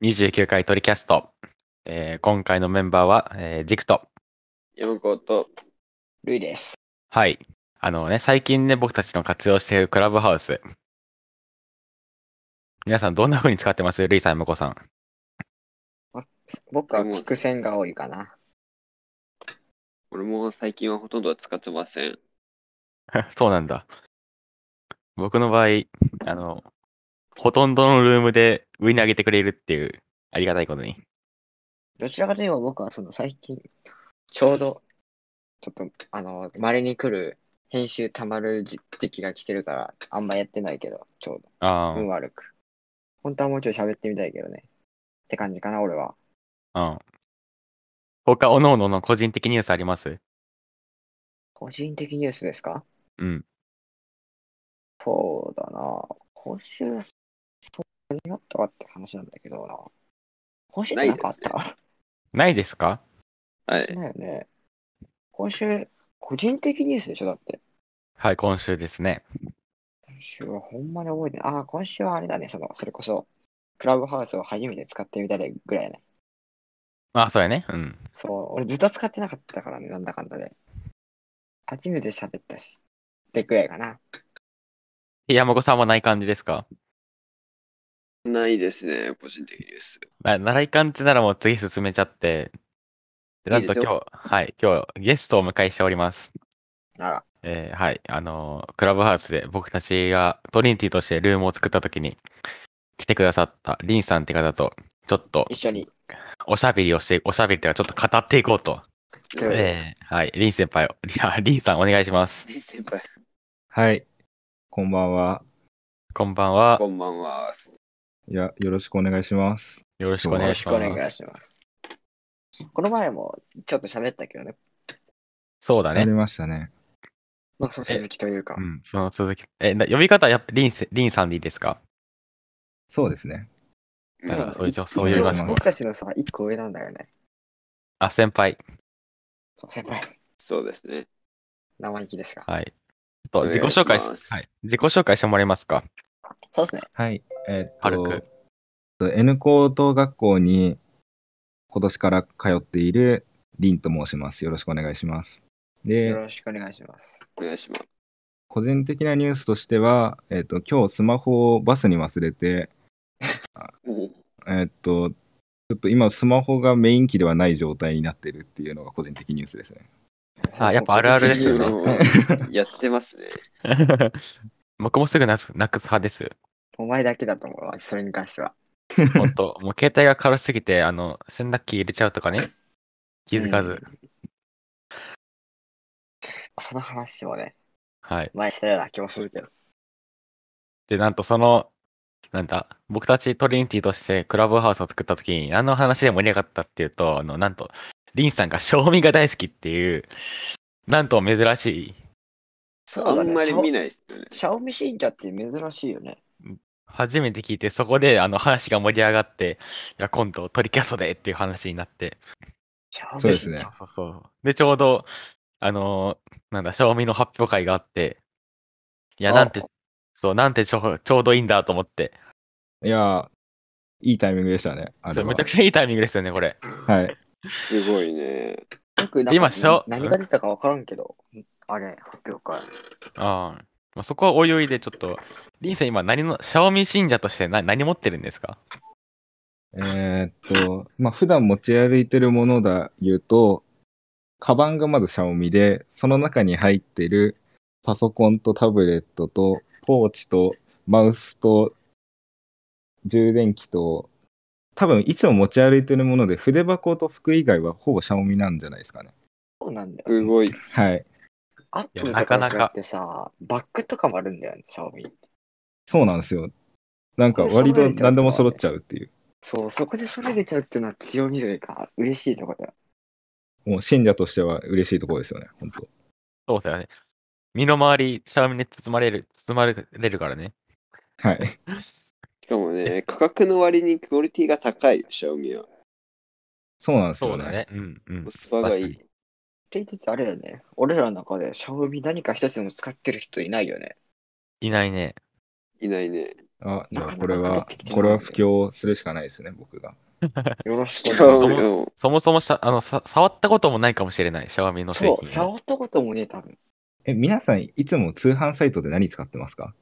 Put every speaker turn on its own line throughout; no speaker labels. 29回トリキャスト。えー今回のメンバーは、えー、ジクト。
山子と、ルイです。
はい。あのね、最近ね、僕たちの活用しているクラブハウス。皆さん、どんな風に使ってますルイさん、ムコさん。
僕は聞く線が多いかな。
俺も最近はほとんど使ってません。
そうなんだ。僕の場合、あの、ほとんどのルームで上に上げてくれるっていう、ありがたいことに。
どちらかといえば僕はその最近、ちょうど、ちょっと、あの、稀に来る編集たまる時時期が来てるから、あんまやってないけど、ちょう
あ
ど、運悪く。本当はもうちょい喋ってみたいけどね。って感じかな、俺は。
あ、うん。他、おののの個人的ニュースあります
個人的ニュースですか
うん。
そうだな。今週、そう、何があったかって話なんだけどな。今週ってなかった
ないですか
はい。
だよね。今週、個人的ニュースでしょ、だって。
はい、今週ですね。
今週はほんまに覚えてない。ああ、今週はあれだね、その、それこそ、クラブハウスを初めて使ってみたいぐらいやね。
あ、そうやね。うん。
そう、俺ずっと使ってなかったからね、なんだかんだで。初めて喋ったし。ってぐらいかな。
山子さんはない感じですか
ないですね、個人的ニュース。
な習い感じならもう次進めちゃって。でなんと
いいです
今日、はい、今日ゲストをお迎えしております。
あら、
えーはい、あのークラブハウスで僕たちがトリニティとしてルームを作った時に来てくださったリンさんって方と、ちょっと
一緒に。
おしゃべりをして、おしゃべりというかちょっと語っていこうと。
うん
えーはい、リン先輩を、 リあリンさんお願いします。
リン先輩、
はい。こんばんは。
こんばんは。
こんばんは。
いや、よろしくお願いします。
よろしくお
よ
願
ろ
い
し
し
く
ま
お願い
す。
します。この前もちょっと喋ったけどね、
そうだ
やり
ね。
ましたね。
まあ、その続きというか
う、ん、その続き。え、な呼び方はやっぱリンせ、リンさんでいいですか
そうですね。
じゃあ
うん
一応そういう
一応
場所も
僕たちのさ、一個上なんだよね。
あ、先輩。
そう先輩、
そうですね。
生意気ですが。
はい。ちょっと
お願い
自己紹介
し
し
ます
はい、自己紹介してもらえますか。
そうですね。
はい。え
軽
っ
く
と、N 高等学校に今年から通っているリンと申します。よろしくお願いします。
よ
で、
ろしくお願いします。
お願いします。
個人的なニュースとしては、えっと、今日スマホをバスに忘れて、
おう
えっと、ちょっと今スマホがメイン機ではない状態になってるっていうのが個人的ニュースです ね。
あやっぱあるあるですよね
やってます ね。
僕もすぐなくなくす派ですよ。
お前だけだと思うわ、それに関しては。
本 当もう携帯が軽すぎて、あの、洗濯機入れちゃうとかね。気づかず。
うんその話をね、
はい。
前したような気もするけど。
で、なんとその、なんだ、僕たちトリニティとしてクラブハウスを作った時に、何の話で盛り上がったっていうと、あの、なんと、リンさんが賞味が大好きっていう、なんと珍しい。
そ
あんまり見
ない。
ないですよね。
シャオミ信者って珍しいよね。
初めて聞いて、そこであの話が盛り上がって、いや、今度トリキャストでっていう話になって、
シャオ
そ
ミ
うで
信
す
者。
ね
そうそうそう。で、ちょうど、あのーなんだ、賞味の発表会があって、いや、
あ
なんて、そう、なんてちょちょうどいいんだと思って、
いやー、いいタイミングでしたね。あ
そ
れ
う
は
めちゃくちゃいいタイミングですよね、これ。
はい。
すごいね。
僕なんか
今シャオ
何が出たか分からんけど、あれ、発表会。
ああ。まあ、そこはおいおいで、ちょっと、リンさん、今、何の、シャオミ信者として何何持ってるんですか
えーっと、まあ、普段持ち歩いてるものだ言うと、カバンがまずシャオミで、その中に入ってるパソコンとタブレットと、ポーチと、マウスと、充電器と、多分いつも持ち歩いてるもので、筆箱と服以外はほぼシャオミなんじゃないですかね。
そうなんだよ。
すごい。
はい。
アップル
なか
とか
な
の
か
やってさ、バックとかもあるんだよね、シャオミって。
そうなんですよ。なんか割と何でも揃っちゃうっていう。
そう、そこでそれ出ちゃうっていうのは強みというか、嬉しいとこだよ。
もう信者としては嬉しいところですよね、本当
そうだよね。身の回り、シャオミに包まれる、包まれるからね。
はい。
しかもね、価格の割にクオリティが高い、シャオミは。
そうなんです
そ
よ
うだね。うん、うん。
コスパがい
確か
い。
って言いつつあれだよね。俺らの中でシャオミ何か一つでも使ってる人いないよね。
にいないね。
いないね。
あ、じゃあ
なかなか
これ
帰っ
は
てき、てない
これは布教するしかないですね、僕が。
よろし
違
くお
そ
願いし
う
ま
も
よ。
そもそもさあのさ触ったこともないかもしれない、シャワミの
す。
製
そう、
品を。
触ったこともね、多分。
え、皆さん、いつも通販サイトで何使ってますか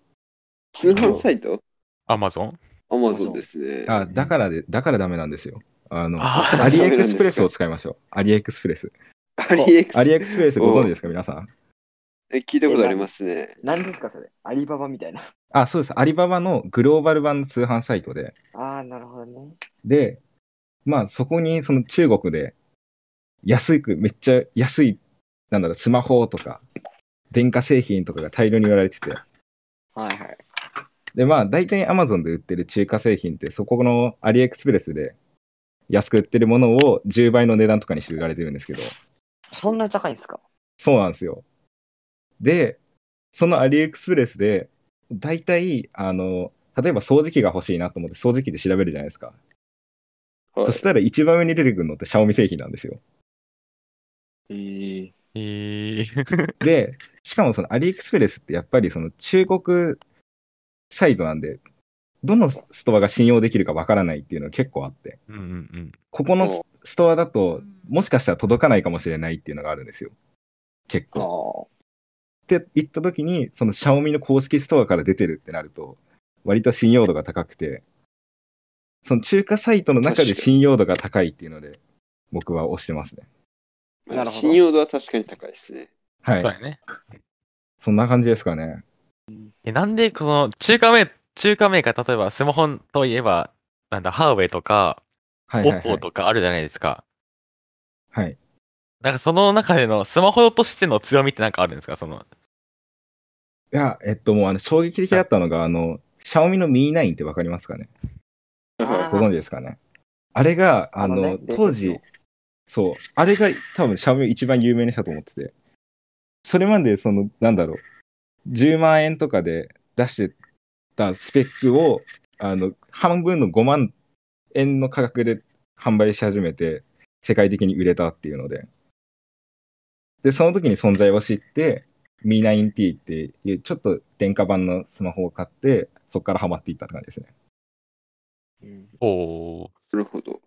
通販サイト
アマゾ ン
アマゾンですね。
あ、だからで、だからダメなんですよ。あの、
あ
アリエクスプレスを使いましょう。アリエクスプレス。
アリエクス
アリエクスプレスご存知ですか、皆さん。
え聞いたことありますね。
何ですか、それ。アリババみたいな。
あ、そうです。アリババのグローバル版の通販サイトで。
ああ、なるほどね。
で、まあ、そこに、その中国で、安く、めっちゃ安い、なんだろう、スマホとか、電化製品とかが大量に売られてて。
はいはい。
で、まあ、大体 Amazon で売ってる中華製品って、そこのアリエクスプレスで安く売ってるものを10倍の値段とかにして売られてるんですけど、
そんなに高いんですか
そうなんですよ。で、そのアリエクスプレスで、大体、あの、例えば掃除機が欲しいなと思って掃除機で調べるじゃないですか。
はい
そしたら一番上に出てくるのってシャオミ製品なんですよ。
ええ。
えー、
で、しかもそのアリエクスプレスってやっぱりその中国サイトなんで、どのストアが信用できるかわからないっていうのが結構あって。
うんうんうん。
ここの
お
ストアだと、もしかしたら届かないかもしれないっていうのがあるんですよ。結
あ
構。
あ。
って言った時に、そのシャオミの公式ストアから出てるってなると、割と信用度が高くて、その中華サイトの中で信用度が高いっていうので、僕は押してますね。
まあ
なるほど
信用度は確かに高いですね。
は
そう
い。
やね。
そんな感じですかね。
え、なんで、この、中華メー、中華メーカー、例えば、スマホといえば、なんだ、ハーウェイとか、
は
オ
いはい、
ッ
は
ポ
い
ー。とかあるじゃないですか。
はい。
なんか、その中での、スマホとしての強みってなんかあるんですかその、
いや、えっと、もうあの衝撃的だったのが、あの、シャオミのミー9ってわかりますかね
あ
ご存知ですかねあれが、あの、
ね
当時、そう。あれが多分シャオミを一番有名にしたと思ってて。それまで、その、なんだろう。10万円とかで出してたスペックを、あの、半分の5万円の価格で販売し始めて、世界的に売れたっていうので。で、その時に存在を知って、Mi9T っていう、ちょっと電化版のスマホを買って、そこからハマっていったって感じですね。
うん
お
なるほど。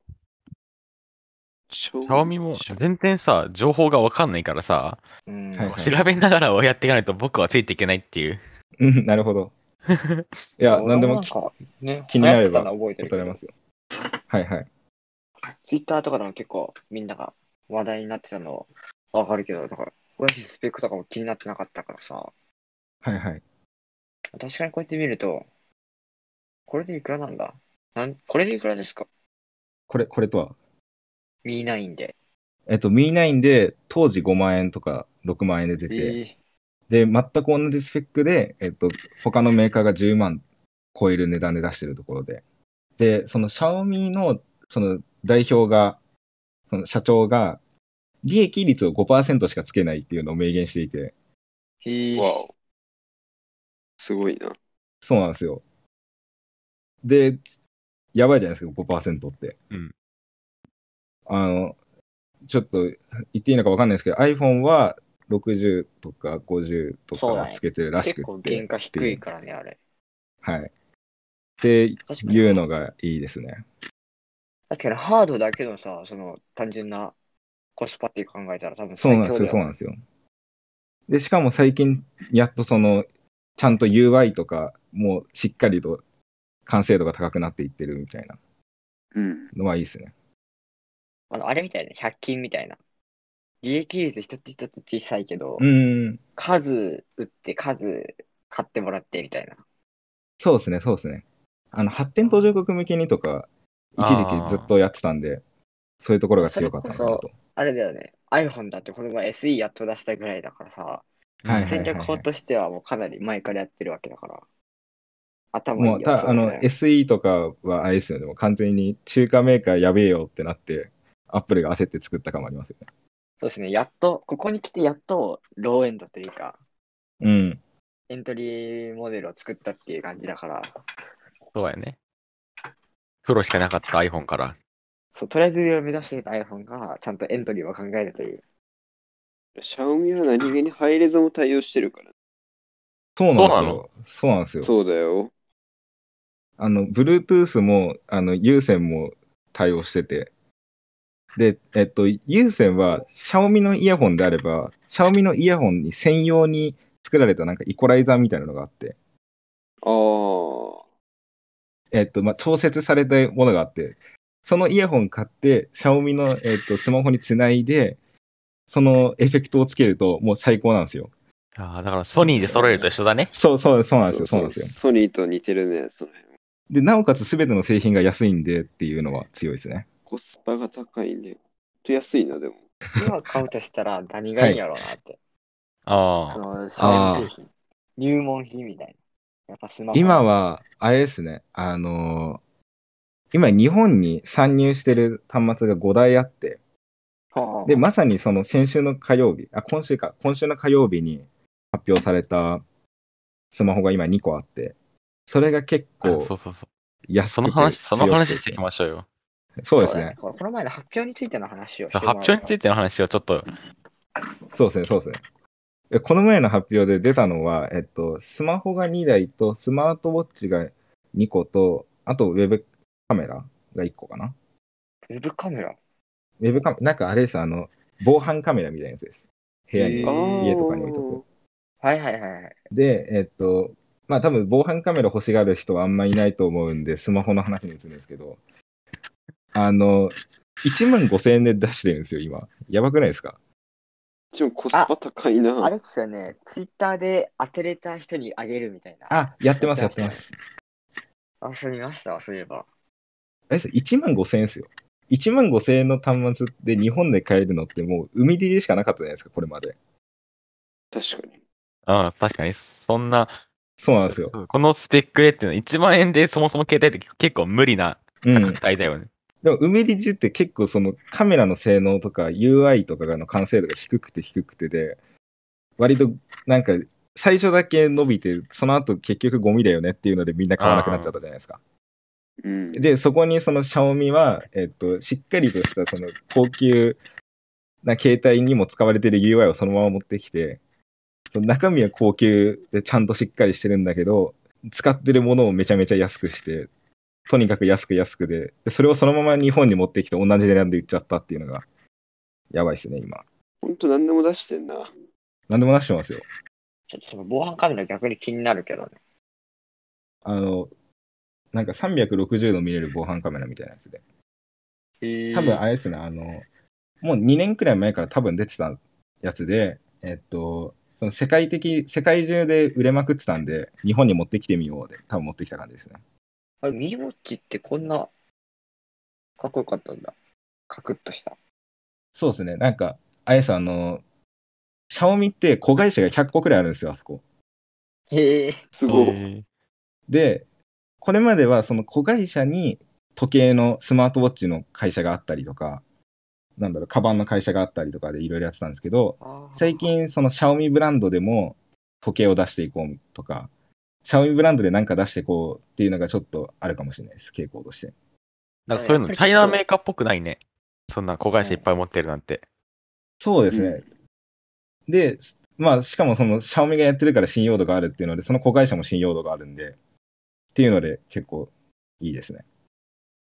シ
シャオミも
シャ、
全然さ、情報がわかんないからさ、
うん。
はい
調べながらやっていかないと僕はついていけないっていう。
うん、なるほど。いや、なんでも
俺
聞
なんか、ね、
気にな
流行っ
れば
てたの覚えてる
答えますよ。はいはい。
ツイッターとかでも結構みんなが話題になってたのわかるけど、だから、俺しスペックとかも気になってなかったからさ、
はいはい。
確かにこうやって見ると、これでいくらなんだなんこれでいくらですか
これ、これとは。
?E9 で。
えっと、Mi9 で当時5万円とか6万円で出て、
え
で、全く同じスペックで、えっと、他のメーカーが10万超える値段で出してるところで。で、その Xiaomi の、その代表が、その社長が、利益率を5%しかつけないっていうのを明言していて、
ー、へー
わお。すごいな。
そうなんですよ。で、やばいじゃないですか、5%って。
うん
あの、ちょっと言っていいのかわかんないですけど、iPhone は60とか50と
そうだ
か
ね
つけてるらし
結
く
構
って。
原価低いからね、あれ。
はい。って
確かに。
いうのがいいですね。
確かにハードだけのさ、その単純なコスパって考えたら多分
そう
最
なんです
強だ
よ、そう
よ。
なんですよ。で、しかも最近、やっとその、ちゃんと UI とか、もうしっかりと完成度が高くなっていってるみたいな
うん。
のはいいですね。
あの、あれみたいな、100均みたいな。利益率一つ一つ小さいけど、
うん。
数打って数買ってもらってみたいな。
そうですね、そうですね。あの、発展途上国向けにとか、一時期ずっとやってたんで、そういうところが強かったのかな
そ
と。
あれだよね。iPhone だってこの前 SE やっと出したぐらいだからさ、
はいはい
戦略法としてはもうかなり前からやってるわけだから。頭いい
も
よ
う、ただ、あ
それ
の、
ね
SE とかはあれですよね、もう完全に中華メーカーやべえよってなって、アップルが焦って作った感もありますよね。
そうですね。やっと、ここに来てやっとローエンドというか、
うん。
エントリーモデルを作ったっていう感じだから、
そうやね。黒しかなかった iPhone から。
そうとりあえず目指していた iPhone がちゃんとエントリーを考えるという。
シャオミは何気にハイレゾも対応してるから。
そうなんですよ。そうなんですよ。
そうだよ。
あの、Bluetooth も、あの、有線も対応してて。で、えっと、有線は、Xiaomi のイヤホンであれば、Xiaomi のイヤホンに専用に作られたなんかイコライザーみたいなのがあって、
ああ。
えっと、まあ、調節されたものがあって、そのイヤホン買って、Xiaomi の、えっと、スマホにつないで、そのエフェクトをつけると、もう最高なんですよ。
ああ、だからソニーで揃えると一緒だね。
そうそう、そうなんですよ、そうなんですよ。
ソニーと似てるね、その辺。
で、なおかつ全ての製品が安いんでっていうのは強いですね。
コスパが高いね。と安いな、でも。
今買うとしたら何がいいんやろうなって。
あ
そ
あ。
の、その製品。入門品みたいな。やっぱスマホ。
今、は、あれですね、あのー今日本に参入してる端末が5台あって、
はあ
で、まさにその先週の火曜日、あ、今週か、今週の火曜日に発表されたスマホが今2個あって、それが結
そう
構
そうそう。
安くて
その話、その話していき
す。
ましょうよ。
そうです
だ
ね。
これこの前の発表についての話をして
発
もらおう
表についての話をちょっと、
そうですね、そうですね。えこの前の発表で出たのは、えっと、スマホが2台と、スマートウォッチが2個と、あとウェブカメラが1個かな。
ウェブカメラ。
ウェブカメラ、なんかあれです、あの、防犯カメラみたいなやつです。部屋に、
へ
あ
ー
家とかに置いと
はいはいはいはい。
く。で、えっと、まあ多分防犯カメラ欲しがる人はあんまいないと思うんで、スマホの話に移るんですけど、あの、1万5千円で出してるんですよ、今。やばくないですか
ちろんコスパ高いな。
あれっすよね、ツイッターで当てれた人にあげるみたいな。
あ、やってます、やってます。
あ、そう見ましたわ、そういえば。
あれですよ、1万5千円ですよ。1万5千円の端末で日本で買えるのってもう海りでしかなかったじゃないですか、これまで。
確かに。
うん、確かに、そんな、
そうなんですよ。
このスペックでっていうのは1万円でそもそも携帯って結構無理な
う
価
ん。
格帯だよね。
でも、梅リジって結構そのカメラの性能とか UI とかの完成度が低くて低くてで、割となんか最初だけ伸びて、その後結局ゴミだよねっていうのでみんな買わなくなっちゃったじゃないですか。
うん。
で、そこにそのシャオミは、えっと、しっかりとしたその高級な携帯にも使われてる UI をそのまま持ってきて、その中身は高級でちゃんとしっかりしてるんだけど、使ってるものをめちゃめちゃ安くして、とにかく安く安くで、でそれをそのまま日本に持ってきて同じ値段で売っちゃったっていうのが、やばいですね、今。
ほんと何でも出してんな。
何でも出してますよ。
ちょっとその防犯カメラ逆に気になるけどね。
あの、なんか360度見れる防犯カメラみたいなやつで。
え
多分あれですね、あの、もう2年くらい前から多分出てたやつで、えっと、その世界的、世界中で売れまくってたんで、日本に持ってきてみようで、多分持ってきた感じですね。
あれ、ミーウォッチってこんな、かっこよかったんだ。カクッとした。
そうですね、なんか、あれです、あの、シャオミって子会社が100個くらいあるんですよ、あそこ。
へえ。
すご
へ
い。
ー
で、これまではその子会社に時計のスマートウォッチの会社があったりとか、なんだろう、カバンの会社があったりとかでいろいろやってたんですけど、最。近、そのシャオミブランドでも時計を出していこうとか、シャオミブランドで何か出していこうっていうのがちょっとあるかもしれないです、傾向として。
なんかそういう
や
の、
っぱり
チ
ちょっと
ャイナメーカーっぽくないね。そんな子会社いっぱい持ってるなんて。
そうですね。で、まあ、しかもそのシャオミがやってるから信用度があるっていうので、その子会社も信用度があるんで、っていうので結構いいですね。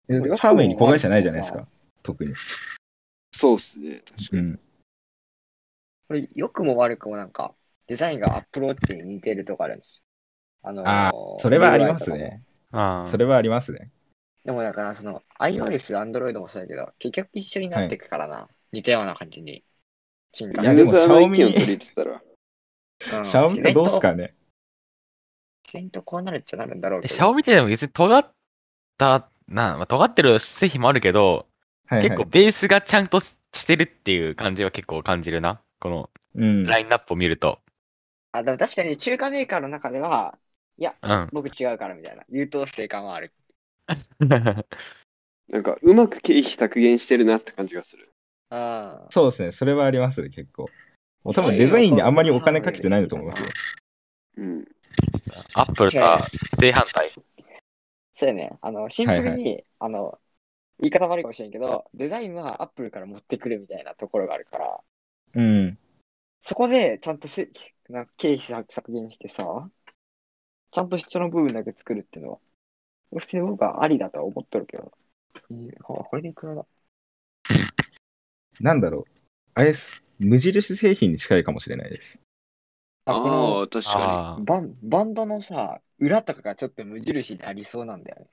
えファームウェイに子会社ないじゃないですか、特に。
そうっすね。確
う
かに。
ん。
これ、良くも悪くもなんか、デザインがアップローチに似てるとかあるんです。あのー
あそれはあります。ね。
ああ
そ。れはありますね。
でもだから、その、iOS、Android もそうだけど、結局一緒になってくからな。似たような感じに。進化
いや
ユ
で
ー
も
ザーの意見を取り入れてたら、
うん
シャオミってどうすかね
自然とこうなるっちゃなるんだろうけど。
シャオミってでも別に尖った、な、まあ、尖ってる製品もあるけど、
はいはい
結構、ベースがちゃんとししてるっていう感じは結構感じるな。この
うん。
ラインナップを見ると。
あ、でも確かに中華メーカーの中では、
うん。
僕違うからみたいな。優等生感はある。
なんかうまく経費削減してるなって感じがする。
うん。
そうですね、それはありますね、結構。もう多分デザインにあんまりお金かけてないと思いますよ。
うん。
アップルとは正反対。
そうやね。あの、シンプル
は
に、あの、言い方悪いかもしれんけど、デザインはアップルから持ってくるみたいなところがあるから、
うん。
そこでちゃんとせな経費削減してさ、ちゃんと必要な部分だけ作るっていうのは、普通に僕はありだとは思っとるけど。うんここれでいくらだ
なんだろう。あれです。無印製品に近いかもしれないです。
あ、この
ああ、確か
ああ、
バン、バンドのさ、裏とかがちょっと無印でありそうなんだよね。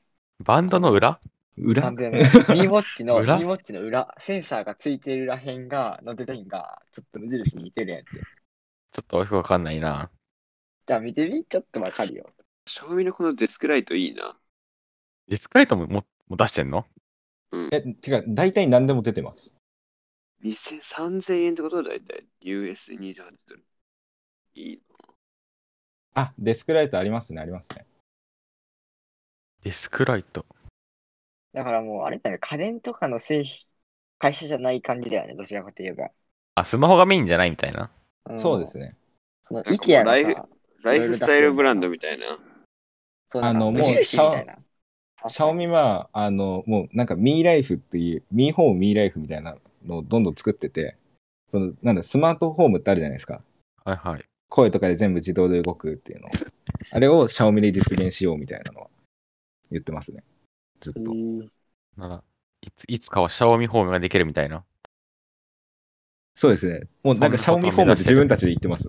バンドの裏
裏
完全に。ミーウォッチの、ミ
裏
ーウォッチの裏、センサーがついてるらへんが、のデザインが、ちょっと無印に似てるやんって。
ちょっとよくわかんないな。
じゃあ見てみちょっとわかるよ。
に。正味のこのデスクライトいいな。
ディスクライトもももう出してんの
え、てか、大体何でも出てます。
2000、3000円ってことはだいたい US で28ドル。いい
あ、デスクライトありますね、ありますね。
ディスクライト。
だからもう、あれだよ、家電とかの製品、会社じゃない感じだよね、どちらかといえば。
あ、スマホがメインじゃないみたいな。
ん
そうです。ね。
その、
かもう
IKEA
ライ
の
フ
さ、
な。ライフスタイルブランドみたいな。
そうなんか
あの
無印
もう
みたいな。
シャオミは、あの、もうなんかミーライフっていう、ミーホームミーライフみたいなのをどんどん作ってて、その、なんだ、スマートホームってあるじゃないですか。
はいはい。
声とかで全部自動で動くっていうのを。あれをシャオミで実現しようみたいなのは言ってますね。ずっと。
うん
なら、いついつかはシャオミホームができるみたいな。
そうですね。もうなんかシャ
そ
オ
んな
ミ
こと
ホ
を目指
ームって
して
自
る
分たちで言ってます。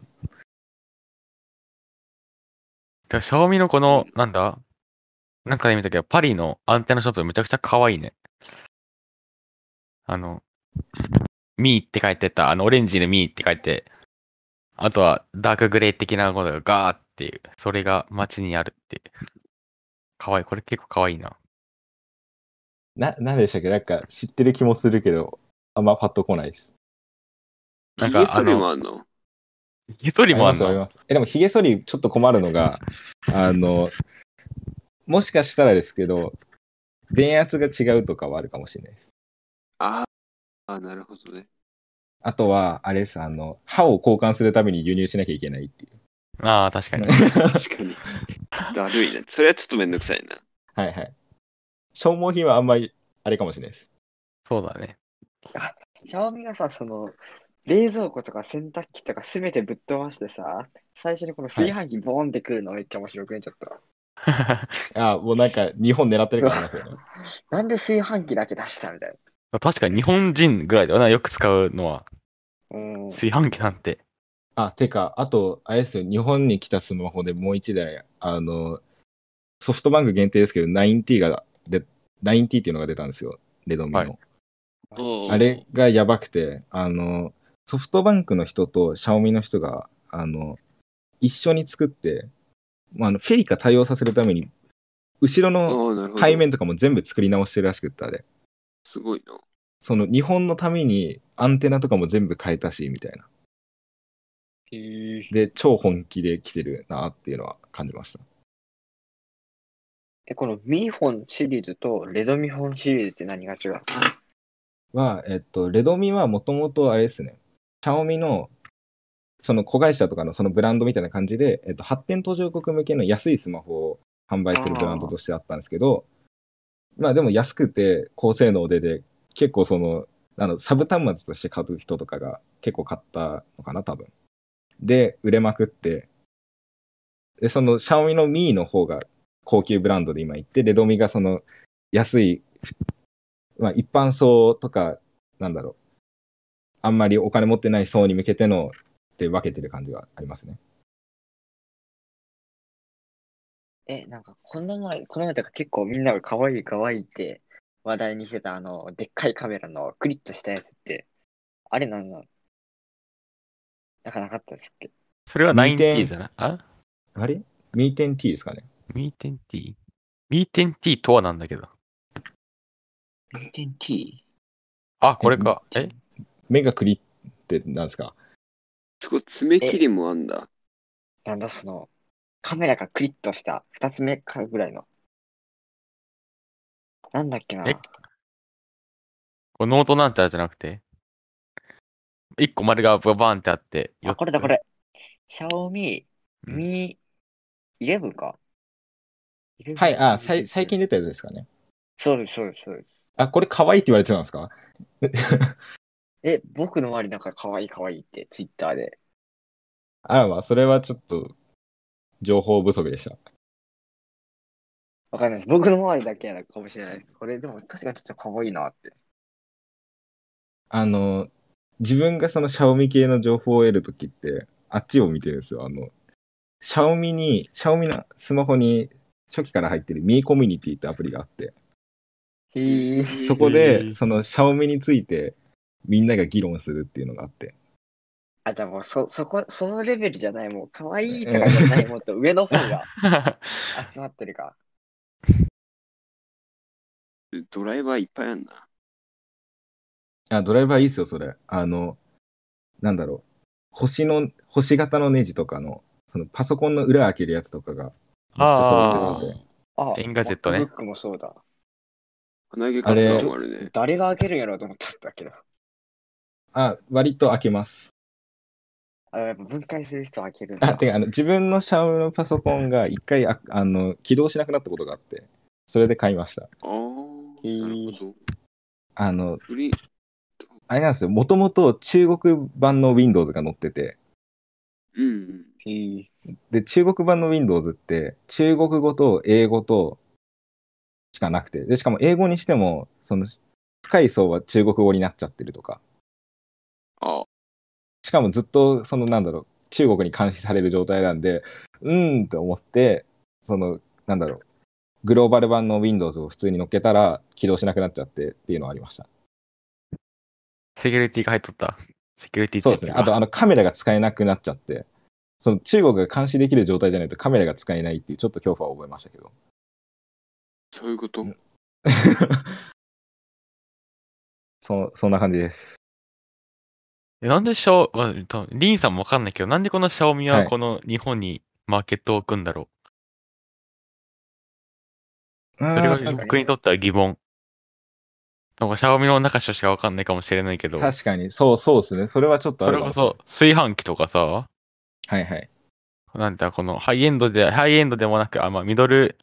てかシャオミのこの、なんだなんかで見たけど、パリのアンテナショップむちゃくちゃ可愛いね。あの、ミーって書いてた、あの、オレンジでミーって書いて、あとはダークグレー的なことがガーっていう、それが街にあるっていう。可愛い。これ結構可愛いな。
な、なんでしたっけなんか知ってる気もするけど、あんまパッと来ないです。
なん
ヒ
か
ゲ剃りもあんの
ひとりもあ
あ
ん
りますあり
の
ます。え、でもヒゲ剃りちょっと困るのが、あの、もしかしたらですけど、電圧が違うとかはあるかもしれないです。
ああ、なるほどね。
あとは、あれです、あの、歯を交換するために輸入しなきゃいけないっていう。
ああ、確かに。
確かに。だるいね。それはちょっとめんどくさいな。
はいはい。消耗品はあんまり、あれかもしれないです。
そうだね。
シャオミがさ、その、冷蔵庫とか洗濯機とかすべてぶっ飛ばしてさ、最初にこの炊飯器ボーンってくるのめっちゃ面白くね、ちょっと。
あもうなんか、日本狙ってるからね。
なんで炊飯器だけ出したみたい
確かに日本人ぐらいだよな、よく使うのは。
な。うん。
炊飯器なんて。
あ、てか、あと、あれですよ、日本に来たスマホでもう一台、あの、ソフトバンク限定ですけど、9T が、で、9T っていうのが出たんですよ、レドミの。
はい
あれがやばくて、あの、ソフトバンクの人とシャオミの人が、あの、一緒に作って、まあ、あのフェリカ対応させるために、後ろの
おーなるほど。
背面とかも全部作り直してるらしくって、あれ。
すごいな。
その日本のためにアンテナとかも全部変えたし、みたいな。で、超本気で来てるなっていうのは感じました。
え、このミーホンシリーズとレドミホンシリーズって何が違うの
は、えっと、レドミはもともとあれですね、シャオミの、その子会社とかのそのブランドみたいな感じで、えっと、発展途上国向けの安いスマホを販売するブランドとしてあったんですけど、まあでも安くて高性能でで、結構その、あの、サブ端末として買う人とかが結構買ったのかな、多分。で、売れまくって、で、その、シャオミのミーの方が高級ブランドで今行って、レドミがその、安い、まあ一般層とか、なんだろう、あんまりお金持ってない層に向けてのって分けてる感じがありますね。
え、なんかこの前、この前とか結構みんなが可愛い可愛いって話題にしてたあの、でっかいカメラのクリッとしたやつって、あれなんなのなんかなかったですっけ
それは
二点
9T じゃないあ
あれ ?2.t ですかね。
?9T?9T とはなんだけど。
?2.t?
あ、これか。
うん
え
目がクリってなんですか
すごい、爪切りもあんだ。
なんだその、カメラがクリッとした二つ目かぐらいの。なんだっけな
えこれノートなんちゃらじゃなくて一個丸がバーンってあって。
あ、これだこ
れ。
れ。シャオミ
うん
ミ11か。11
はい、あ、さい最近出たやつですかね。
そうです、そうです、そうです。
あ、これ可愛いって言われてたんですか
え、僕の周りなんか可愛い可愛いって、ツイッターで。
あらまあ、それはちょっと、情報不足でした。
わかんないです。僕の周りだけなのかもしれないです。これでも確かにちょっと可愛いなって。
あの、自分がそのシャオミ系の情報を得るときって、あっちを見てるんですよ。あの、シャオミに、シャオミのスマホに初期から入ってるミーコミュニティってアプリがあって、
へえ。
そこ
へー
で、そのシャオミについてみんなが議論するっていうのがあって。
あ、でもそ、そこ、そのレベルじゃない、もう、可愛いとかじゃない、もっと上の方 が集まってるか。
ドライバーいっぱいあんな。
あ、ドライバーいいっすよ、それ。あの、なんだろう。星の、星型のネジとかの、そのパソコンの裏開けるやつとかが、めっちゃ揃ってるんで。
あ、
レンガジェットね
ブックもそうだ。
鼻毛カッターもあるね。
誰が開けるんやろうと思ってたけど。
あ、割と開けます。
あ、やっぱ分解する人は開けるんだ。
あ、てか、あの、自分のシャオミのパソコンが一回あ、あの、起動しなくなったことがあって、それで買いました。
ああ、なるほど。
あの、
フリー
あれなんですよ、もともと中国版の Windows が載ってて、
うん。
へえ。
で、中国版の Windows って、中国語と英語と、しかなくて、で、しかも英語にしても、その、深い層は中国語になっちゃってるとか、
あ
しかもずっと、その、なんだろう、中国に監視される状態なんで、うーんって思って、その、なんだろう、グローバル版の Windows を普通に乗っけたら、起動しなくなっちゃってっていうのはありました。
セキュリティが入っとった。セキュリティチ
そうで
ッ
す
プ
ね。
が。
あと、あの、カメラが使えなくなっちゃって、その中国が監視できる状態じゃないとカメラが使えないっていう、ちょっと恐怖は覚えましたけど。
そういうこと
うん そ、そんな感じです。
えなんでシャオ、まあ多分リンさんもわかんないけど、なんでこのシャオミは
はい
この日本にマーケットを置くんだろ。
そう
それが
はうん確かに
僕にとっては疑問。なんかシャオミの中しかわかんないかもしれないけど、
確かに、そうそうですね。それはちょっとあ
そ
る
れ
か
こ
も
そ炊飯器とかさ、
はいはい。
なんだ、このハイエンドで、ハイエンドでもなく、あ、まあミドル、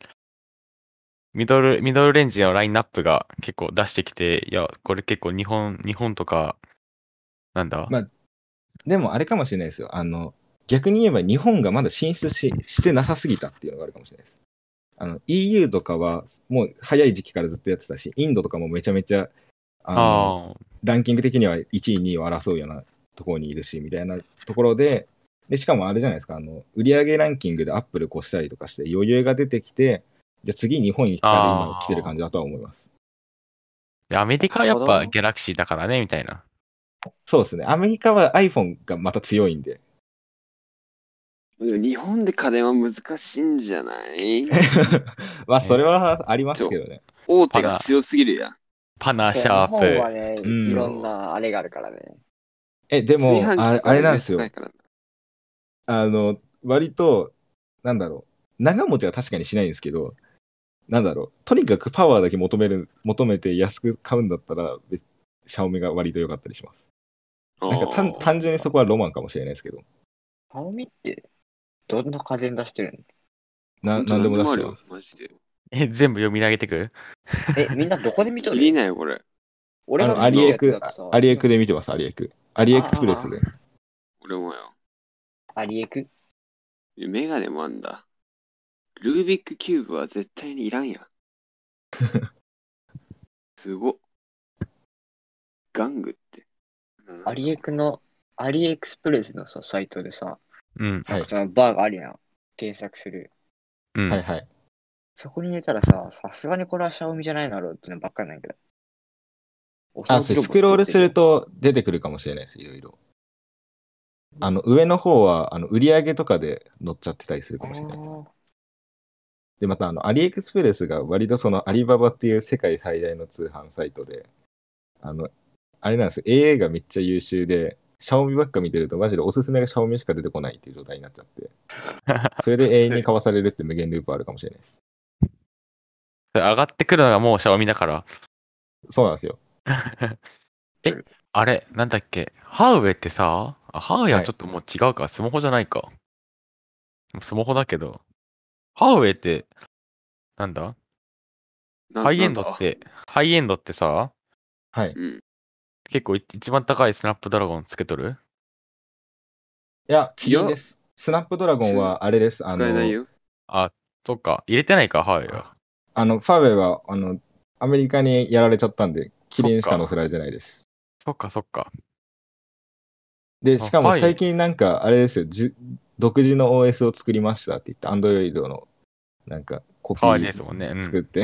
ミドル、ミドルレンジのラインナップが結構出してきて、いや、これ結構日本、日本とか、なんだ、
まあでも、あれかもしれないですよ。あの、逆に言えば日本がまだ進出ししてなさすぎたっていうのがあるかもしれないです。あの、EU とかは、もう早い時期からずっとやってたし、インドとかもめちゃめちゃ、あの
ああ、
ランキング的には1位、2位を争うようなところにいるし、みたいなところで、で、しかもあれじゃないですか、あの、売上ランキングでアップル越したりとかして余裕が出てきて、じゃあ次日本に来たら今来てる感じだとは思います。
でアメリカはやっ
なるほ
ぱ
ど
ギャラクシーだからね、みたいな。
そうですね。アメリカは iPhone がまた強いんで。
でも日本で家電は難しいんじゃ ない
まあ、それはありますけどね。
大手が強すぎるやん。
パナ、
そう
シャー
日本
プ
は。ね、
うん
いろんなあれがあるからね。
え、でも、
炊飯器とか
あれあれなんですよ
高い。からな
あの、割と、なんだろう。長持ちは確かにしないんですけど、なんだろう。とにかくパワーだけ求める、求めて安く買うんだったら、別シャオミが割と良かったりします。なんか単
あー
単純にそこはロマンかもしれないですけど、
ハオミって、どんな家電出してるの
ほ
な
んと
なんでも出
あ
して
る
ま
よ
す。、
マジで。
え、全部読み上げてく
え、みんなどこで見と
切り
る
ないよ、これ。
あ
俺
の
が
ア
見
リ
てる
エ
やつだ
ク
とさ、、
アリエクで見てます、アリエク。アリエクスプレスで。
俺もよ。
アリエク
メガネもあんだ。ルービックキューブは絶対にいらん やん。すごっ。玩具って。
アリエクの、アリエクスプレスのさ、サイトでさ、
うん。
はい
そのバーがあるやん。検索する。
うん。
はいはい。
そこに入れたらさ、さすがにこれはシャオミじゃないだろうってのばっかりなんやけど。お
あ、
掃除
そ
ロボ
う
ット
スクロールする。と出てくるかもしれないです、いろいろ。あの、上の方は、あの、売り上げとかで乗っちゃってたりする
あ
かもしれない。
ー
で、また、あの、アリエクスプレスが割とその、アリババっていう世界最大の通販サイトで、あの、あれなんですよ、AA がめっちゃ優秀で、シャオミばっか見てると、マジでおすすめがシャオミしか出てこないっていう状態になっちゃ って、それで永遠に買わされるって無限ループあるかもしれないです。
それ上がってくるのがもうシャオミだから。
そうなんですよ。
え、あれ、なんだっけ。ハウエってさ、あハウエはちょっともう違うか。スマホじゃないか。スマホだけど。ハウエって、なんだ
な
ハイエンド
なん
っ
だ
て、ハイエンドってさ、
はい。
うん。
結構い一番高いスナップドラゴンつけとる
いや、キリン
いや
です。スナップドラゴンはあれです。あ
使えない
の、
よ。
あ、そっか。入れてないか、ハウエは。
あの、ファーウェイは、あの、アメリカにやられちゃったんで、キリンしか載せられてないです。
そっかそっか。
で、しかも
はい
最近なんか、あれですよ、じ独自の OS を作りましたって言って、アンドロイドの、なんか、コピ
代わりです
ー
もんね。うん
作って、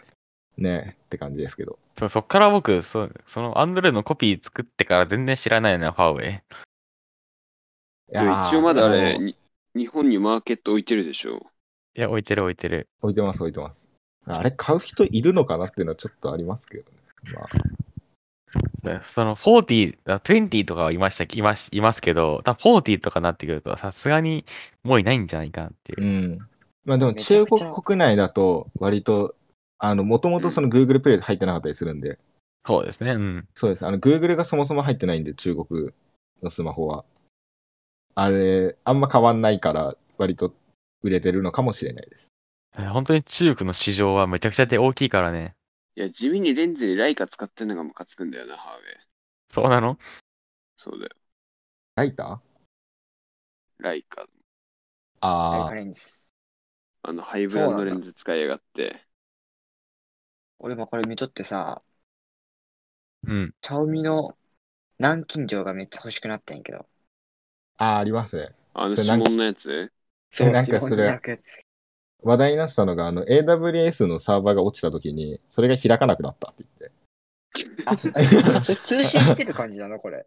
ねえって感じですけど。
そうそっから僕、そうそのアンドロイドのコピー作ってから全然知らないのよ、ファーウェイ。
い
でも
やー
一応まだあれ、
の
に日本にマーケット置いてるでしょ。
いや、置いてる置いてる。
置いてます、置いてます。あれ、買う人いるのかなっていうのはちょっとありますけどね。まあ、
でその40、あ20とかはいました、います、いますけど、多分40とかなってくると、さすがにもういないんじゃないかなっていうう。
ん。まあでも、
めちゃ
中
くちゃ
国国内だと、割と、あの、もともとその Google プレイで入ってなかったりするんで、
そうですね、うん。
そうです。あの、Google がそもそも入ってないんで、中国のスマホは。あれ、あんま変わんないから、割と売れてるのかもしれないです。
本当に中国の市場はめちゃくちゃで大きいからね。
いや、地味にレンズにライカ使ってるのがムカつくんだよな、ハーウェイ。
そうなの
そうだよ。
ライター
ライカ。
あ
ライ
あ
カ、レンズ。
あの、ハイブランドレンズ使いやがって。
俺もこれ見とってさ、
うん。
チャオミの南京錠がめっちゃ欲しくなったんやけど。
あーありますね。
あの
それ
指
何
紋のやつ
そう、
なんか
シフォン
それ
に巻くやつ。
話題になってたのが、あの、AWS のサーバーが落ちた時に、それが開かなくなったって言って。
あ、それ通信してる感じだな、これ。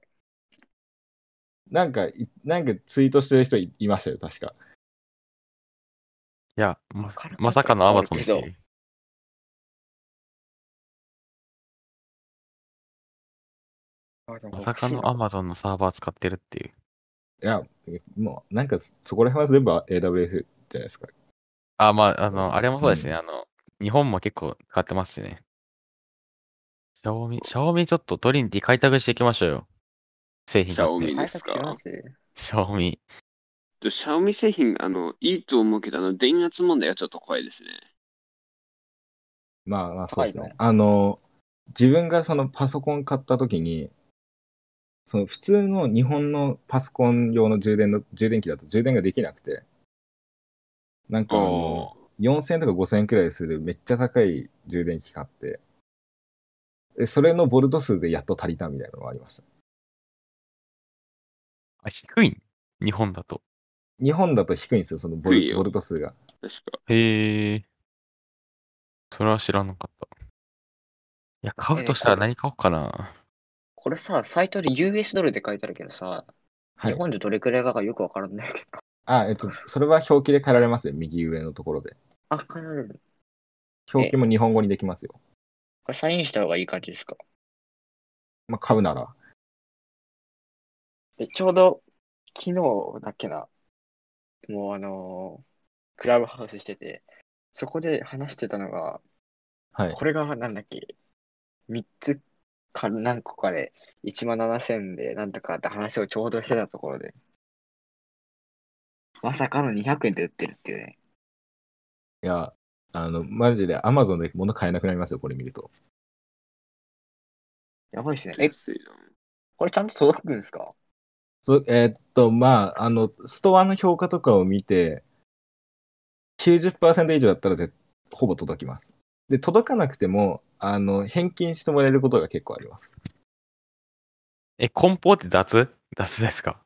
なんか、いなんかツイートしてる人いいましたよ、確か。
いや、ま
から
まさかのアマゾンっていう。まさかのアマゾンのサーバー使ってるっていう。
いや、もう、なんか、そこら辺は全部 AWS じゃないですか。
あ、まあ、あの、あれもそうですね。あの、日本も結構使ってますしね。シャオミ、シャオミちょっとトリニティ開拓していきましょうよ。製品買って
シャオミ
対
です
策
か
します
シャオミ。
と、シャオミ製品、あの、いいと思うけど、あの、電圧問題がちょっと怖いですね。
まあまあそうですね。
はい
あの、自分がそのパソコン買った時に、その普通の日本のパソコン用の充電の、充電器だと充電ができなくて、なんかあの、4000とか5000円くらいするめっちゃ高い充電器買って、でそれのボルト数でやっと足りたみたいなのがありました。
あ、低い日本だと。
日本だと低いんですよ、そのボル
低いよ
ボルト数が。
確か。
へえ。それは知らなかった。いや、買うとしたら何買おうかな。
これさ、サイトで US ドルで書いてあるけどさ、
はい
日本でどれくらいかがよくわからないけど。
あ、えっと、それは表記で変えられますね、右上のところで。
あ、変えられる。
表記も日本語にできますよ。
これサインした方がいい感じですか
まあ、買うなら。
で、ちょうど昨日だっけな、もうあのークラブハウスしてて、そこで話してたのが、
はい。
これがなんだっけ、3つか何個かで1万7000でなんとかって話をちょうどしてたところで、まさかの200円で売ってるっていうね。
いや、あの、マジで Amazon で物買えなくなりますよ、これ見ると。
やばいっすね。え、
安いな。
これちゃんと届くんですか
そえーっと、まあ、あの、ストアの評価とかを見て、90%以上だったら絶ほぼ届きます。で、届かなくても、あの、返金してもらえることが結構あります。
え、梱包って雑雑ですか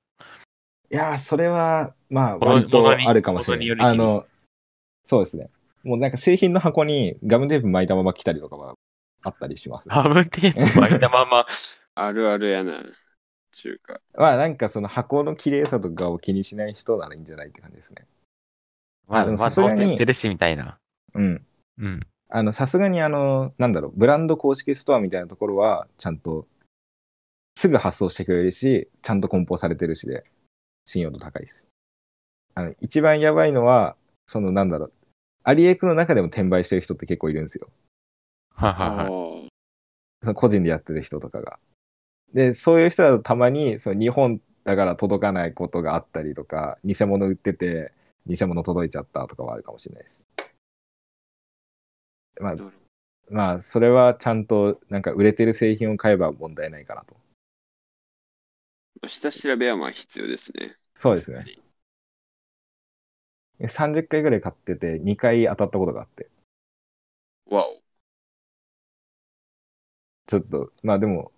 いやー、それは、まあ、
この
割とあるかもし
ものに
れ
より
ない。あの、そうですね。もうなんか製品の箱にガムテープ巻いたまま来たりとかはあったりしま す。
ハムテープ巻いたまま。
あるあるやな。中華。
まあ、なんかその箱の綺麗さとかを気にしない人ならいいんじゃないって感じですね。
まあ、
でも
まあ、
さす
どう
がに
せ捨てるしみたいな。
うん。
うん。
あの、さすがにあの、なんだろう、ブランド公式ストアみたいなところは、ちゃんと、すぐ発送してくれるし、ちゃんと梱包されてるしで、信用度高いです。あの、一番やばいのは、その、なんだろう、アリエクの中でも転売してる人って結構いるんですよ。
はい
あ
はいはい。
ー
そ の個人でやってる人とかが。で、そういう人だとたまに、その日本だから届かないことがあったりとか、偽物売ってて、偽物届いちゃったとかはあるかもしれないです。まあ、
なる
まあ、それはちゃんと、なんか売れてる製品を買えば問題ないかなと。
まあ下調べはまあ必要ですね。
そうですね。30回ぐらい買ってて、2回当たったことがあって。
わお。
ちょっと、まあでも、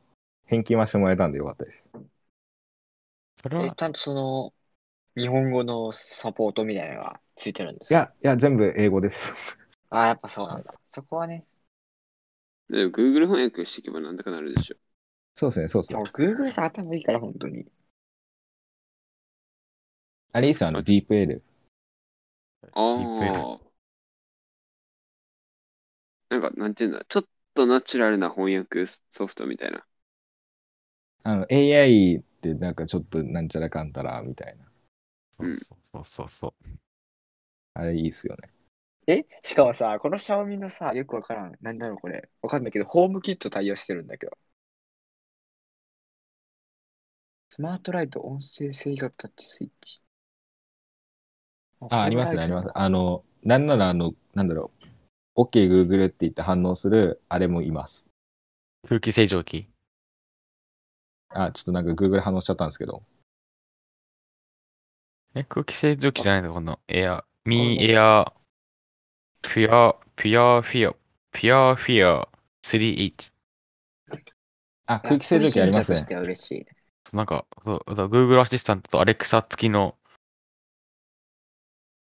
返金はしてもらえたんでよかったです。
それ
え、
は
ちゃんとその、日本語のサポートみたいなのがついてるんです
い
か
や、いや、全部英語です。
ああ、やっぱそうなんだ。そこはね、
でも Google 翻訳していけばなんだかなるでしょ。
そうですね、そうです
そう
ね。、
Google さん頭いいから、本当に。
あれいいっすよ、あの、ディープエール。
ああ。なんか、なんていうんだ、ちょっとナチュラルな翻訳ソフトみたいな。
あの、AI ってなんかちょっとなんちゃらかんたらみたいな。
そうそうそうそう。
あれいいっすよね。
えしかもさ、このシャオミのさ、よくわからん。なんだろう、これ。わかんないけど、ホームキット対応してるんだけど。スマートライト音声制御タッチスイッチ。。
あ、ありますね、ありますす。あの、なんならあの、なんだろう。OK Google って言って反応する、あれもいます。
空気清浄機
あ、ちょっとなんか Google 反応しちゃったんですけど。
え、空気清浄機じゃないのこのエア、ミーエア、ピュア、ピュアフィア、ピュアフィア 3H。
あ、
いや
空気清浄機あります
これ選択し
ね
て。は嬉しい。
そうなんか、そう、だ Google アシスタントと Alexa 付きの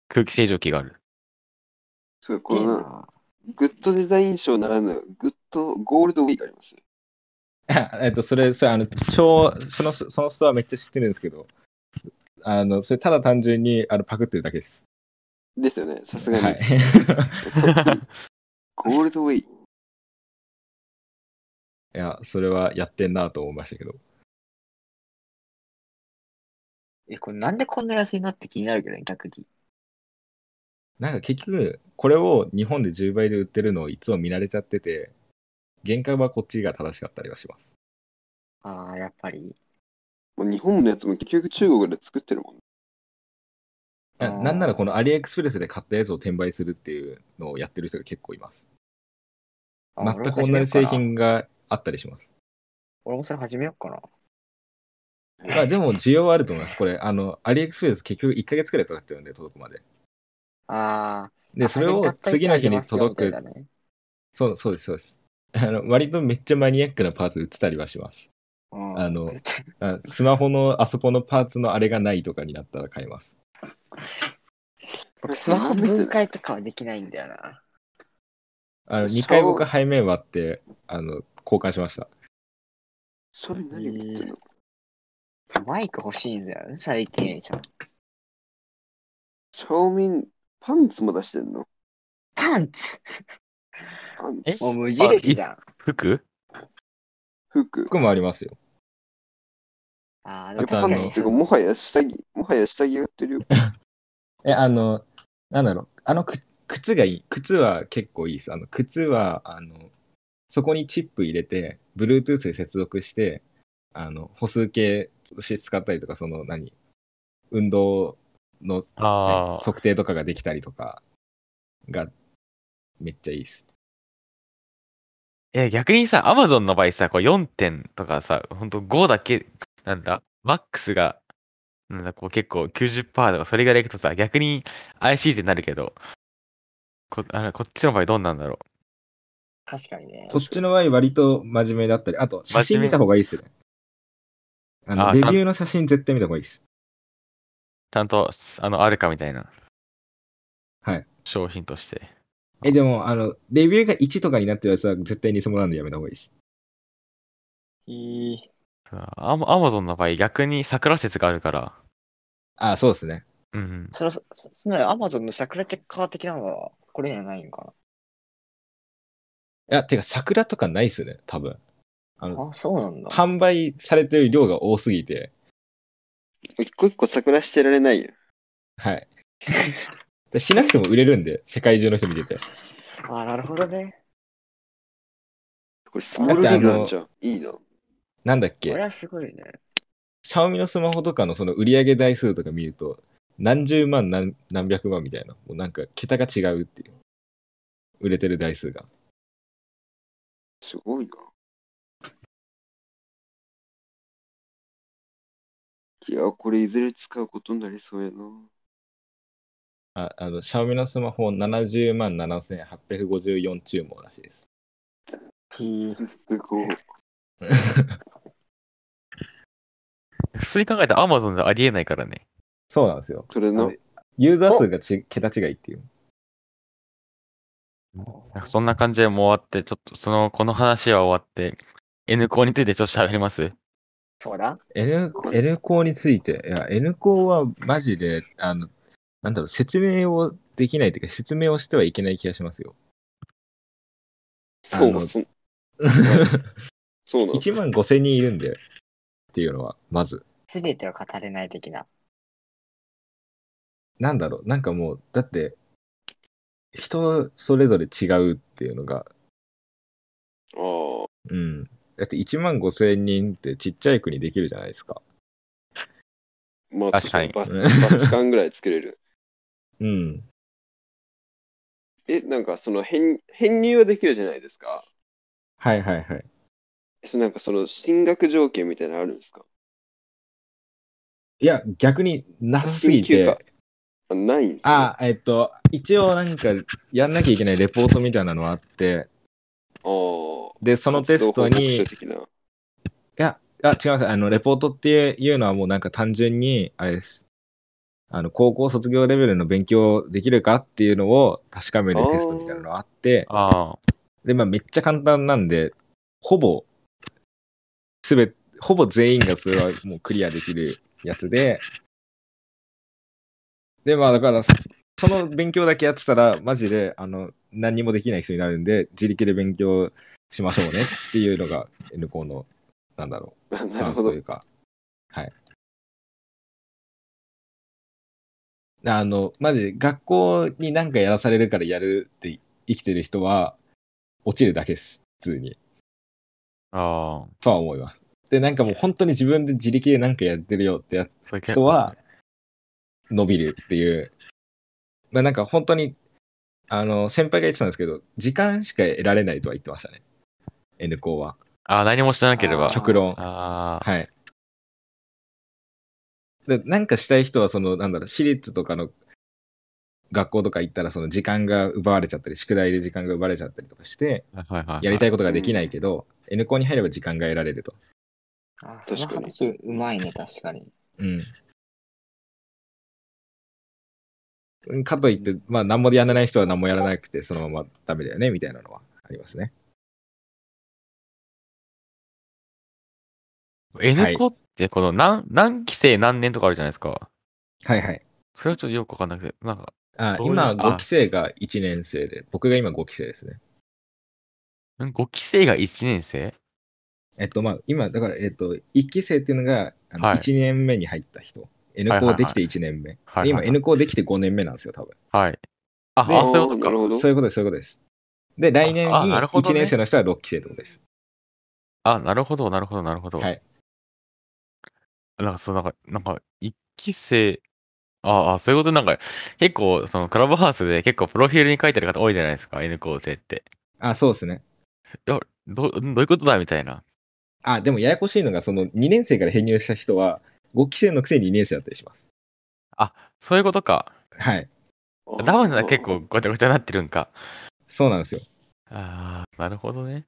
空気清浄機がある。
そう、
いいな。
グッドデザイン賞ならぬ、グッドゴールドウィークあります。
えっと、それ、それ、あの、超、その、そのストアめっちゃ知ってるんですけど、あの、それただ単純に、あの、パクってるだけです。
ですよね、さす
は
がに。
い。
ゴールドウィーク。
いや、それはやってんなと思いましたけど。
え、これなんでこんな安いのって気になるけどね、逆に。
なんか結局、これを日本で10倍で売ってるのをいつも見慣れちゃってて、限界はこっちが正しかったりはします。
ああ、やっぱり。
もう日本のやつも結局中国で作ってるもんね。
あ
な
ー
なんならこのアリエクスプレスで買ったやつを転売するっていうのをやってる人が結構います。
あー
全く同じ製。
俺も始めようかな
品があったりします。
俺もそれ始めようかな。
まあでも需要はあると思います。これ、あの、アリエクスプレス結局1ヶ月くらいかかってるんで、届くまで。
ああ。
で、それを次の日に届く
あ。ね、
そう、そうです、そうです。あの、割とめっちゃマニアックなパーツ売ってたりはします。
うん
あの
絶対
あスマホのあそこのパーツのあれがないとかになったら買います。
僕スマホ分解とかはできないんだよな。
あの、
そう
2回僕背面割って、あの、交換しました。
それ何言ってんの
マイク欲しいんだよね、最近。ちょ
正面、パンツも出してんの
パンツ
パン
え
ツ、
もう無印じゃん。
服
服。
服もありますよ。
あ
や
あ、で
っ
も
ぱ
あ
パ
確か
ン
に
ツって
そ
いうか、
う。
もはや下着、もはや下着売ってるよ。
え、あの、なんだろう、あのく、靴がいい。靴は結構いいです。あの、靴は、あの、そこにチップ入れて、Bluetooth で接続して、あの、歩数計として使ったりとか、その、何、運動の、ね
ああ、
測定とかができたりとかが、めっちゃいいです。
え、逆にさ、アマゾンの場合さ、こう4点とかさ、ほんと5だけ、なんだ、マックスが、なんだ、こう結構90%とか、それぐらいいくとさ、逆に IC 勢になるけど、こあれこっちの場合どうなんだろ
確かにね。
そっちの場合、割と真面目だったり、あと、写
真
真
目
見た方がいいですよね。あの、
あー
レ
ち
ビ
ゃん
ューの写真絶対見た方がいいです。
う。ちゃんと、あの、あるかみたいな。
はい。
商品として。
え、でも、あの、レビューが1とかになってるやつは絶対偽物なんでやめた方がいいです。
いい。
さあアマアマゾンの場合、逆に桜説があるから、
あそうですね。
うん。
その、そそのアマゾンの桜チェッカー的なのは、これじゃないんか
いや、てか、桜とかないっすね、多分。あの、
な。あ、そうなんだ。
販売されてる量が多すぎて、
一個一個桜してられないよ。
はい。でしなくても売れるんで、世界中の人見てて。
あ、なるほどね。
これスモールリーグなんじゃん。いいな。
なんだっ
これ
け、
はすごいね。
シャオミのスマホとかのその売り上げ台数とか見ると、何十万何、何百万みたいな、もうなんか桁が違うっていう。売れてる台数が。
すごいな。いや、これいずれ使うことになりそうやな。
ああの、シャオミのスマホ70万7854注文らしいです。
へえ。
すごい。
普通に考えたら Amazon じゃありえないからね。
そうなんですよ。
それの
あ、ユーザー数がち桁違いっていう。
そんな感じでもう終わって、ちょっとその、この話は終わって、N 校についてちょっと喋ります
そうだ
N,
これです
N 校について、いや、N 校はマジで、あの、なんだろう、説明をできないというか、説明をしてはいけない気がしますよ。
そ
あ
う、
の
そそうなんです
1万5千人いるんで、っていうのは、まず。
すべてを語れない的な。
なんだろう、なんかもう、だって、人それぞれ違うっていうのが、
ああ、
うん。だって1万5千人ってちっちゃい国できるじゃないですか。
まあ、
確かに
ちょっとババチカンぐらい作れる。
うん。
え、なんかその編編入はできるじゃないですか。
はいはいはい。
そなんかその進学条件みたいなのあるんですか
いや、逆になさすぎ
進級
て
か、あないんですね
あ、えっと、一応なんか、やんなきゃいけないレポートみたいなのあって、
あー
で、そのテスト
活動報
に、
告書
い
的な
や、あ、違います。あの、レポートっていうのはもうなんか単純に、あれです。あの、高校卒業レベルの勉強できるかっていうのを確かめるテストみたいなのがあって、
ああ。
で、まあめっちゃ簡単なんで、ほぼ、すべ、ほぼ全員がそれはもうクリアできるやつで、で、まあだから、そその勉強だけやってたら、マジで、あの、何にもできない人になるんで、自力で勉強しましょうねっていうのが N 校の、なんだろ
あ
う、ス
な
タ
る
ン
ほ
ス
ど
というか、はい。あの、マジ、学校に何かやらされるからやるって生きてる人は、落ちるだけです、普通に。
ああ。
とは思います。で、なんかもう本当に自分で自力でなんかやってるよってや
それ結
人
構っ
は
すね、
伸びるっていう。まあなんか本当に、あの、先輩が言ってたんですけど、時間しか得られないとは言ってましたね。N 校は。
ああ、何もしてなければ。
あー
極論。
ああ。
はい。で、なんかしたい人は、その、なんだろう、私立とかの学校とか行ったら、その時間が奪われちゃったり、宿題で時間が奪われちゃったりとかして、
はいはいはい。
やりた
い。
いことができないけど、N 校に入れば時間が得られると。
あ
確か
そ
に
の話うまいね、確かに。
うん。かといって、まあ、何もやらない人は何もやらなくて、そのままダメだよね、みたいなのはありますね。は
N
い
校って、この何、何期生何年とかあるじゃないですか。
はいはい。
それはちょっとよくわかんなくて、なんか、
あ
どういう
今、
あ
5期生が1年生で、僕が今5期生ですね。
5期生が1年生
えっと、まあ、今、だから、えっと、1期生っていうのが、あの
はい
1年目に入った人。N
はいはい
校
はい
できて1年目。
はいはいはい
で今、N 校できて5年目なんですよ、多分。
はい。あ、あ
で
そういうこと
なる
か。
ほど
そういうことです、そういうことです。で、来年に
ああなるほど
1
ね
年生の人は6期生ってことです。
あ、なるほど、なるほど、なるほど。
はい。
なんか、そう、なんか、なんか、一期生、ああ、そういうこと、なんか、結構、その、クラブハウスで結構、プロフィールに書いてある方多いじゃないですか、N 校生って。
あ、そうですね。
いや、どう、どういうことだみたいな。
あ、でもややこしいのが、その2年生から編入した人は、5期生のくせに2年生だったりします。
そういうことか。
はい。
あー
ダウンは結構ごちゃごちゃになってるんか。
そうなんですよ。
ああ、なるほどね。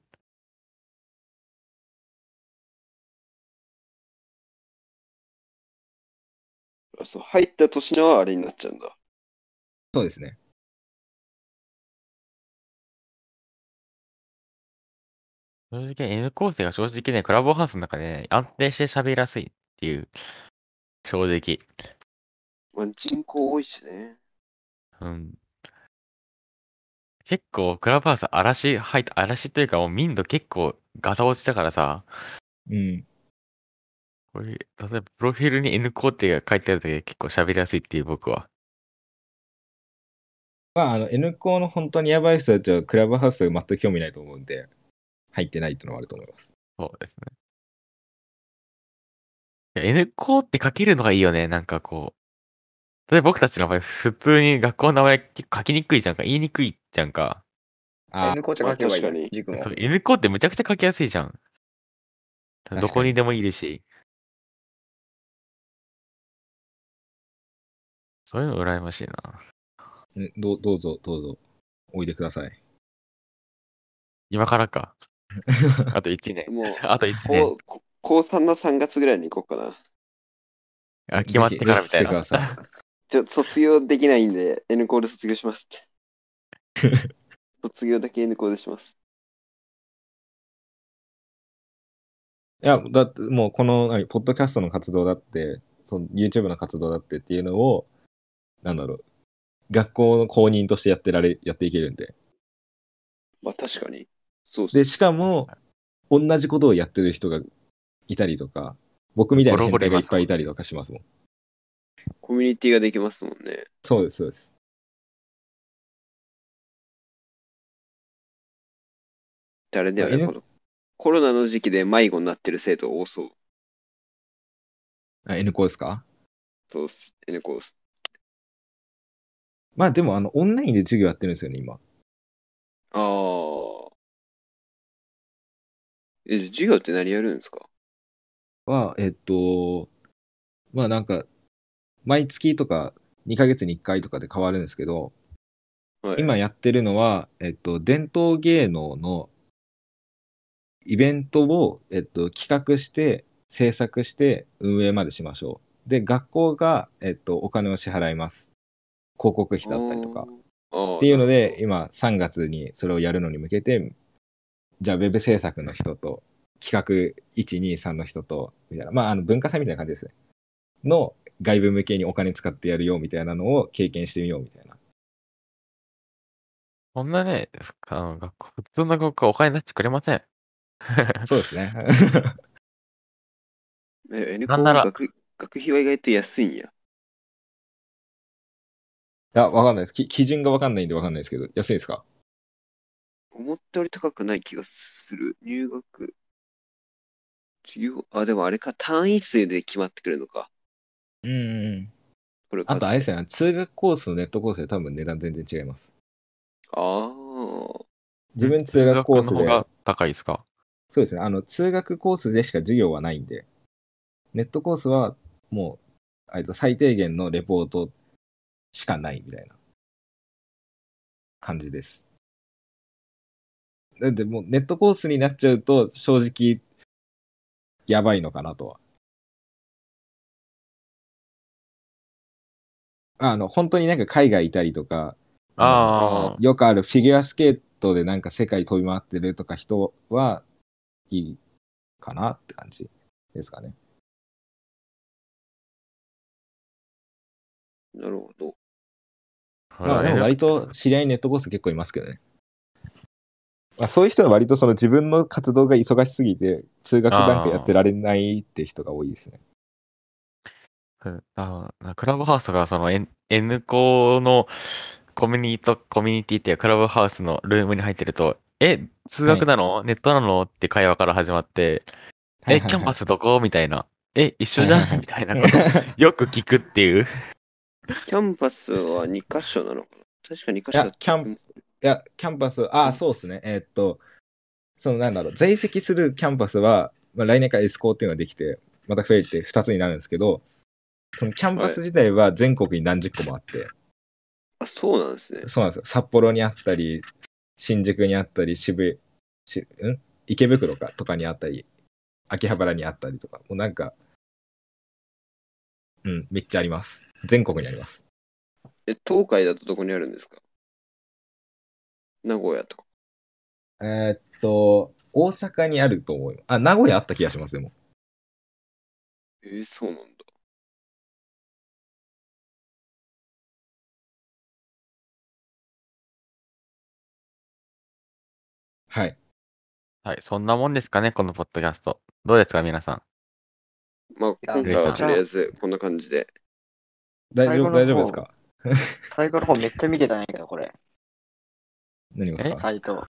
あそう入った年のはあれになっちゃうんだ
そうですね。
正直、N 校生が正直ね、クラブハウスの中で、ね、安定して喋りやすいっていう、正直。
まあ、人口多いし ね
うん。結構、クラブハウス嵐入った、嵐というか、もう民度結構ガタ落ちたからさ、
うん。
これ、例えばプロフィールに N 工程が書いてあるだけで結構喋りやすいっていう僕は。
まあ、あの、N 校の本当にやばい人たちは、クラブハウスとか全く興味ないと思うんで、入ってないってのはあると思います。
そうですね。いや N 校って書けるのがいいよね、なんかこう。例えば僕たちの場合、普通に学校の名前結構書きにくいじゃんか、言いにくいじゃんか。
あ
N コーチ書けばいい
まあ確
よ
かに
塾も
そう N 校ってむちゃくちゃ書きやすいじゃん。
に
どこにでもいるし。そういうの羨ましいな。
ねどうどうぞ、どうぞ、おいでください。
今から か。あと1年。
もう、
あと1年。
こうこ高3の3月ぐらいに行こうかな。
あ決まってからみたい
ぜひ
な
来。てください
ちょっと卒業できないんで、N コーで卒業しますって。 卒業だけ N コーでします。
いや、だってもうこの、何ポッドキャストの活動だって、その YouTube の活動だってっていうのを、なんだろう、学校の公認としてやってられ、やっていけるんで。
まあ確かに。そうっす
で、しかも、同じことをやってる人がいたりとか、僕みたいな変態がいっぱいいたりとかしますもん。
コミュニティができますもんね。
そうです、そうです。
誰だよね、
N-
このコロナの時期で迷子になってる生徒多そう。
あ N 校ですか
そうっす。N コース。
まあでも、あの、オンラインで授業やってるんですよね、今。
ああ。え、授業って何やるんですか
は、えっと、まあなんか、毎月とか2ヶ月に1回とかで変わるんですけど、
はい。
今やってるのは、えっと、伝統芸能のイベントを、えっと、企画して、制作して、運営までしましょう。で、学校が、えっと、お金を支払います。広告費だったりとか。
あー。っ
っていうので、、今、3月にそれをやるのに向けて、じゃあ、ウェブ制作の人と、企画1、2、3の人と、みたいな、まあ、あの文化祭みたいな感じですね。の外部向けにお金使ってやるよ、みたいなのを経験してみよう、みたいな。
こんなね、あの学校普通の学校はお金出してくれません。
そうですね。
え N コ
な
ー
んなら
学学費は意外と安いんや。
いや、わかんないです。き基準がわかんないんでわかんないですけど、安いですか
思ったより高くない気がする。入学。授業、あ、でもあれか、単位数で決まってくるのか。
うんうん。
これか
あと、あれですね、通学コースとネットコースで多分値段全然違います。
あー
自分通学コース
の方
で
が、高いですか
そうですね、あの、通学コースでしか授業はないんで、ネットコースはもう、えっと、最低限のレポートしかないみたいな感じです。なんで、もうネットコースになっちゃうと、正直、やばいのかなとは。あの、本当になんか海外いたりとか、
ああ。
よくあるフィギュアスケートでなんか世界飛び回ってるとか人はいいかなって感じですかね。
なるほど。
まあでも割と知り合いネットコース結構いますけどね。まあ、そういう人は割とその自分の活動が忙しすぎて通学なんかやってられないって人が多いですね。
うんあのクラブハウスがその N, N 校のコミュニティ、コミュニティっていうクラブハウスのルームに入ってると、え、通学なの、ネットなのって会話から始まって、え、キャンパ
ス
スどこみたいな。え、一緒じゃん、
はいはいはい
みたいなこと、 よく聞くっていう。
キャンパスは2箇所なのかな確か2箇所だった
いやキャンいや、キャンパス、ああ、そうですね。えーっと、そのなんだろう、在籍するキャンパスは、まあ、来年から S 校っていうのができて、また増えて2つになるんですけど、そのキャンパス自体は全国に何十個もあって、
あ、そうなんですね。
そうなんですよ。札幌にあったり、新宿にあったり、渋谷、しん池袋かとかにあったり、秋葉原にあったりとか、もうなんか、うん、めっちゃあります。全国にあります。
え、東海だとどこにあるんですか名古屋とか。
えーっと、大阪にあると思います。あ、名古屋あった気がします、でも。
えーそうなんだ。
はい。
はい、そんなもんですかね、このポッドキャスト。どうですか、皆さん。
まあ、
や
今回
ルイさ
は
ん
とりあえずこんな感じで。
大
最
丈
後
夫、
の方
大丈夫ですか
最後の方めっちゃ見てたんやけど、これ。
何がですか
サイト。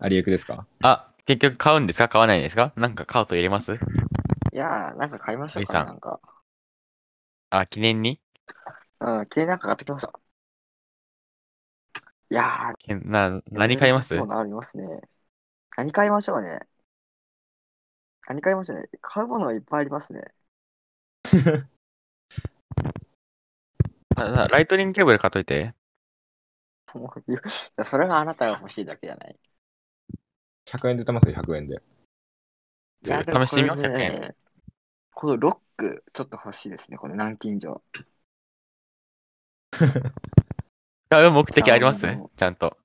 アリエクですか
あ、結局買うんですか買わないんですかなんかカート入れます
いやー、なんか買いましょう
ルイ
か、
さん
なんか。
あ、記念に
うん、気になんか買ってきました。いやー、
けんな何買います
そうなりますね。何買いましょうね。何買いましょうね。買うものがいっぱいありますね。
あなライトニングケーブル買っといて。
思う よ。いやそれはあなたが欲しいだけじゃない。
100円で出ますよ、100円で。
いや試してみよう
でもこれね
100
このロック、ちょっと欲しいですね、この南京錠。
買う目的あります
じゃああの
ちゃんと。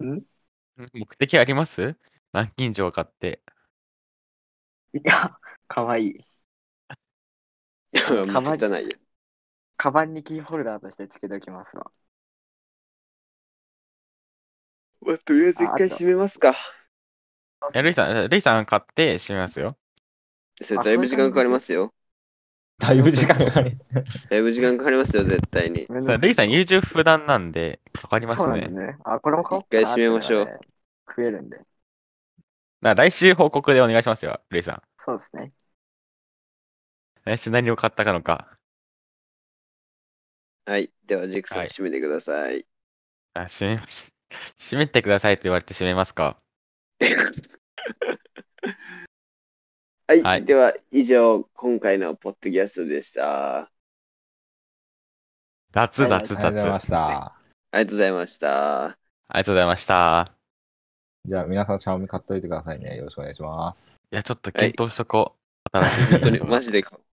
ん
目的あります南京錠買って。
いや、かわいい。
いや、無茶じゃないよ。
カバンにキーホルダーとしてつけときますわ。
まあとりあえず一回閉めますか。
え、ルイさん、ルイさん買って閉めますよ。
それだいぶ時間かかりますよ。
だいぶ時間がかかる。
だいぶ時間かかりますよ、絶対に。
めんど
さあ
くさ
ル
い
イさん、優柔不断なんで、かかりま
そ
す
うなん
ね。
だね。あ、これも買おうか
一回
な
閉めましょう
ってのがね。増えるんで。
な来週報告でお願いしますよ、ルイさん。
そうですね。
来週何を買ったかのか。
はい。では、ジェイクさん、
はい
閉めてください。
あ、閉めまし、閉めてくださいって言われて閉めますか。
はい。
はい
では、以上、今回のポッドキャストでした。
雑
はい
雑雑。
ありがとうございました。
ありがとうございました。
ありがとうございました。
じゃあ、皆さん、シャオミ買っといてくださいね。よろしくお願いします。
いや、ちょっと検討しとこう。新しい
本当
イベン
に、
トが
マジでか